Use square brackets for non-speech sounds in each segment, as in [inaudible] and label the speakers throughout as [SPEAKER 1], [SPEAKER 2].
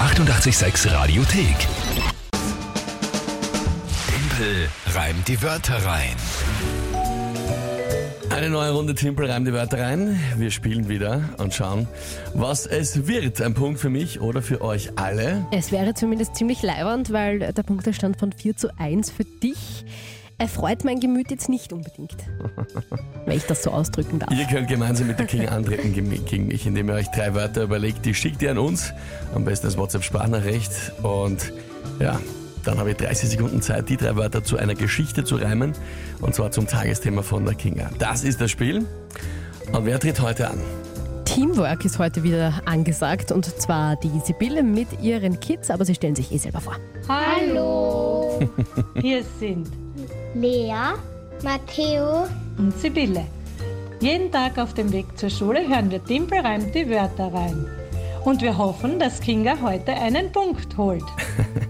[SPEAKER 1] 886 Radiothek. Tempel reimt die Wörter rein.
[SPEAKER 2] Eine neue Runde Timpel reimt die Wörter rein. Wir spielen wieder und schauen, was es wird. Ein Punkt für mich oder für euch alle.
[SPEAKER 3] Es wäre zumindest ziemlich leibernd, weil der Punktestand von 4 zu 1 für dich erfreut mein Gemüt jetzt nicht unbedingt. wenn ich das so ausdrücken darf.
[SPEAKER 2] Ihr könnt gemeinsam mit der King antreten gem- gegen mich, indem ihr euch drei Wörter überlegt. Die schickt ihr an uns, am besten als WhatsApp-Sprachnachricht. Und ja, dann habe ich 30 Sekunden Zeit, die drei Wörter zu einer Geschichte zu reimen. Und zwar zum Tagesthema von der Kinga. Das ist das Spiel. Und wer tritt heute an?
[SPEAKER 3] Teamwork ist heute wieder angesagt und zwar die Sibylle mit ihren Kids, aber sie stellen sich eh selber vor.
[SPEAKER 4] Hallo,
[SPEAKER 5] Hier sind
[SPEAKER 4] Lea, Matteo,
[SPEAKER 5] und Sibylle. Jeden Tag auf dem Weg zur Schule hören wir Timpel reimt die Wörter rein. Und wir hoffen, dass Kinga heute einen Punkt holt.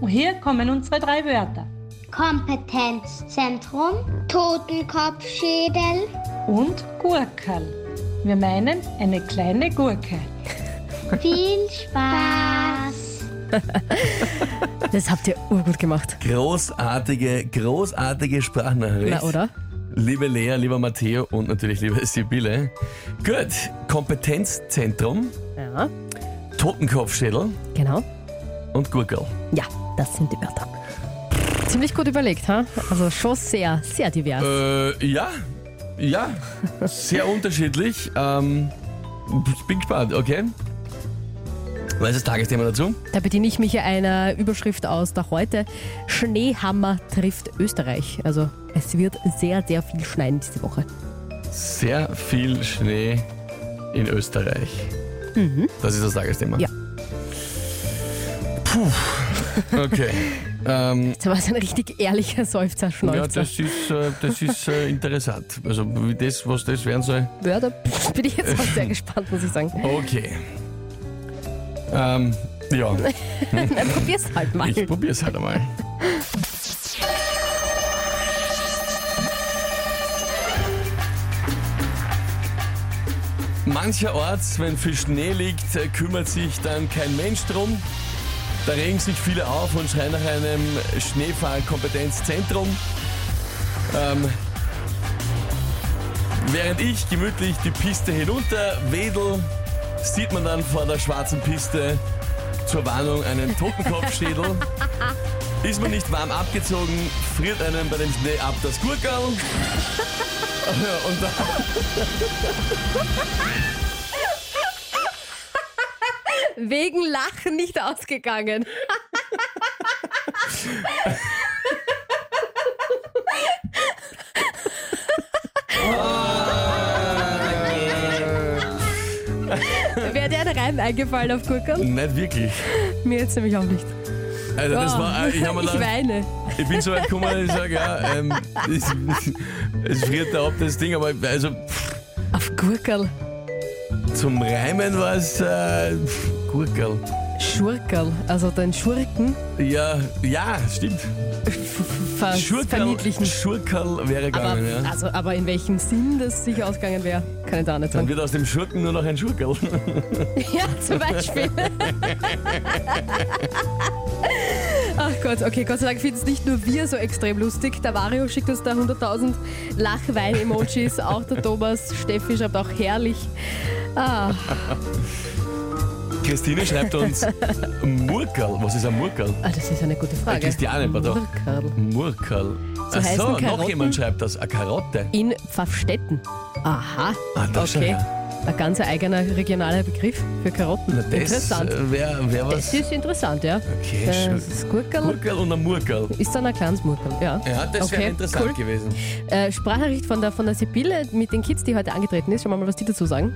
[SPEAKER 5] Und hier kommen unsere drei Wörter.
[SPEAKER 4] Kompetenzzentrum, Totenkopfschädel,
[SPEAKER 5] Und Gurkerl. Wir meinen eine kleine Gurke.
[SPEAKER 4] viel Spaß.
[SPEAKER 3] Das habt ihr urgut gemacht.
[SPEAKER 2] Großartige, großartige Sprachnachricht.
[SPEAKER 3] Na, oder?
[SPEAKER 2] Liebe Lea, lieber Matteo und natürlich liebe Sibylle. Gut, Kompetenzzentrum,
[SPEAKER 3] Ja.
[SPEAKER 2] Totenkopfschädel
[SPEAKER 3] Genau.
[SPEAKER 2] und Gurgel.
[SPEAKER 3] Ja, das sind die Wörter. Ziemlich gut überlegt, ha? Also schon sehr, sehr divers.
[SPEAKER 2] Äh, ja, ja, sehr unterschiedlich. Ähm, ich bin gespannt, okay? Was ist das Tagesthema dazu?
[SPEAKER 3] Da bediene ich mich ja einer Überschrift aus der heute. Schneehammer trifft Österreich. Also es wird sehr, sehr viel schneien diese Woche.
[SPEAKER 2] Sehr viel Schnee in Österreich. Das ist das Tagesthema.
[SPEAKER 3] Ja.
[SPEAKER 2] Puh, okay. ähm,
[SPEAKER 3] Das war so ein richtig ehrlicher Seufzer,
[SPEAKER 2] ja,
[SPEAKER 3] Schnäuzer.
[SPEAKER 2] das ist, äh, das ist äh, interessant. Also wie das, was das werden soll.
[SPEAKER 3] Ja, da bin ich jetzt auch sehr gespannt, muss ich sagen.
[SPEAKER 2] Okay. Ähm, ja,
[SPEAKER 3] Dann probier's halt mal.
[SPEAKER 2] ich probier's halt einmal. Mancherorts, wenn viel Schnee liegt, äh, kümmert sich dann kein Mensch drum. Da regen sich viele auf und schreien nach einem Schneefallkompetenzzentrum. Ähm, während ich gemütlich die Piste hinunter wedel, sieht man dann vor der schwarzen Piste zur Warnung einen
[SPEAKER 3] [laughs]
[SPEAKER 2] Totenkopfschädel. Ist man nicht warm abgezogen, friert einem bei dem Schnee ab das
[SPEAKER 3] [laughs]
[SPEAKER 2] Gurkerl. Und dann
[SPEAKER 3] Wegen Lachen
[SPEAKER 2] [laughs]
[SPEAKER 3] nicht ausgegangen. Wäre dir ein Reim eingefallen auf Gurken?
[SPEAKER 2] Nicht wirklich.
[SPEAKER 3] Mir jetzt nämlich auch nicht.
[SPEAKER 2] Also das
[SPEAKER 3] Oh,
[SPEAKER 2] war, ich, hab mir
[SPEAKER 3] [laughs] ich
[SPEAKER 2] gedacht,
[SPEAKER 3] weine.
[SPEAKER 2] ich bin so weit gekommen, dass ich sage, ja, ähm, es, es [laughs] friert da ab das Ding, aber also
[SPEAKER 3] Auf Gurkel,
[SPEAKER 2] zum Reimen war es äh, pff, Gurkerl.
[SPEAKER 3] Schurkerl, also den Schurken
[SPEAKER 2] Ja, ja, stimmt.
[SPEAKER 3] ver
[SPEAKER 2] Schurkerl,
[SPEAKER 3] verniedlichen.
[SPEAKER 2] Schurkerl wäre
[SPEAKER 3] Aber,
[SPEAKER 2] gegangen, ja.
[SPEAKER 3] also, aber in welchem Sinn das sich ausgegangen wäre, kann ich da auch
[SPEAKER 2] [laughs]
[SPEAKER 3] nicht
[SPEAKER 2] Dann
[SPEAKER 3] sagen.
[SPEAKER 2] wird aus dem Schurken nur noch ein Schurkerl. [laughs]
[SPEAKER 3] Ja, zum Beispiel. [laughs] Ach Gott, okay, Gott sei Dank finden es nicht nur wir so extrem lustig. Der Vario schickt uns da 100.000
[SPEAKER 2] [laughs]
[SPEAKER 3] Lachwein-Emojis, auch der Thomas, Steffi schreibt auch herrlich. Ah,
[SPEAKER 2] Christine schreibt
[SPEAKER 3] [laughs]
[SPEAKER 2] uns Murkerl. Was ist ein Murkerl?
[SPEAKER 3] ah, das ist eine gute Frage.
[SPEAKER 2] Äh, Christiane, pardon.
[SPEAKER 3] Murkerl.
[SPEAKER 2] Murkerl.
[SPEAKER 3] So heißen
[SPEAKER 2] Achso, noch
[SPEAKER 3] Karotten?
[SPEAKER 2] jemand schreibt das. Eine Karotte.
[SPEAKER 3] In Pfaffstätten. Aha,
[SPEAKER 2] Ah, das schon,
[SPEAKER 3] okay.
[SPEAKER 2] ja.
[SPEAKER 3] Ein ganz eigener regionaler Begriff für Karotten.
[SPEAKER 2] Na, das
[SPEAKER 3] interessant.
[SPEAKER 2] wäre wär
[SPEAKER 3] das
[SPEAKER 2] was.
[SPEAKER 3] ist interessant, ja.
[SPEAKER 2] Okay,
[SPEAKER 3] Äh,
[SPEAKER 2] schön.
[SPEAKER 3] Das Gurkerl
[SPEAKER 2] Murkerl und ein Murkerl.
[SPEAKER 3] ist dann ein kleines Murkerl, ja.
[SPEAKER 2] Ja, das wäre
[SPEAKER 3] Okay,
[SPEAKER 2] interessant
[SPEAKER 3] cool.
[SPEAKER 2] gewesen.
[SPEAKER 3] Äh, Sprachnachricht von der, von der Sibylle mit den Kids, die heute angetreten ist. Schauen wir mal, was die dazu sagen.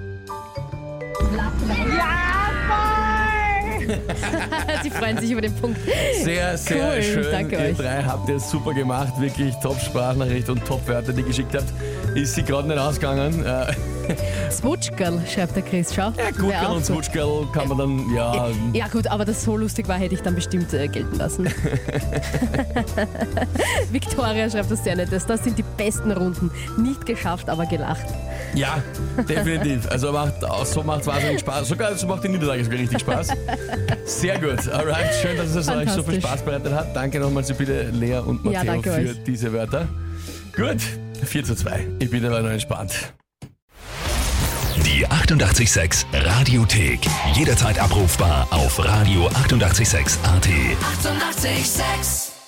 [SPEAKER 3] [laughs] Sie freuen sich über den Punkt.
[SPEAKER 2] Sehr, sehr
[SPEAKER 3] Cool,
[SPEAKER 2] schön.
[SPEAKER 3] danke
[SPEAKER 2] ihr
[SPEAKER 3] euch.
[SPEAKER 2] drei habt ihr es super gemacht. Wirklich Top-Sprachnachricht und Top-Wörter, die ihr geschickt habt. Ist sie gerade nicht ausgegangen. Äh, [laughs]
[SPEAKER 3] Zwutschkerl, schreibt der Chris, schau.
[SPEAKER 2] Ja,
[SPEAKER 3] Wäre
[SPEAKER 2] Gurkel
[SPEAKER 3] auch
[SPEAKER 2] und
[SPEAKER 3] gut.
[SPEAKER 2] Zwutschkerl kann man dann,
[SPEAKER 3] [laughs]
[SPEAKER 2] ja,
[SPEAKER 3] Ja gut, aber das so lustig war, hätte ich dann bestimmt äh, gelten lassen. Victoria schreibt das sehr nett. Das das sind die besten Runden. Nicht geschafft, aber gelacht.
[SPEAKER 2] ja, definitiv. Also macht, auch so macht es wahnsinnig Spaß. Sogar so macht die Niederlage sogar richtig Spaß. Sehr gut. Alright, schön, dass es euch so viel
[SPEAKER 3] Fantastisch.
[SPEAKER 2] Spaß bereitet hat. Danke nochmal zu bitte Lea und Matteo
[SPEAKER 3] Ja, danke
[SPEAKER 2] für
[SPEAKER 3] euch.
[SPEAKER 2] diese Wörter. Gut, 4 zu 2. Ich bin aber noch entspannt.
[SPEAKER 1] Die 886 Radiothek. Jederzeit abrufbar auf radio886.at. 886!
[SPEAKER 6] 886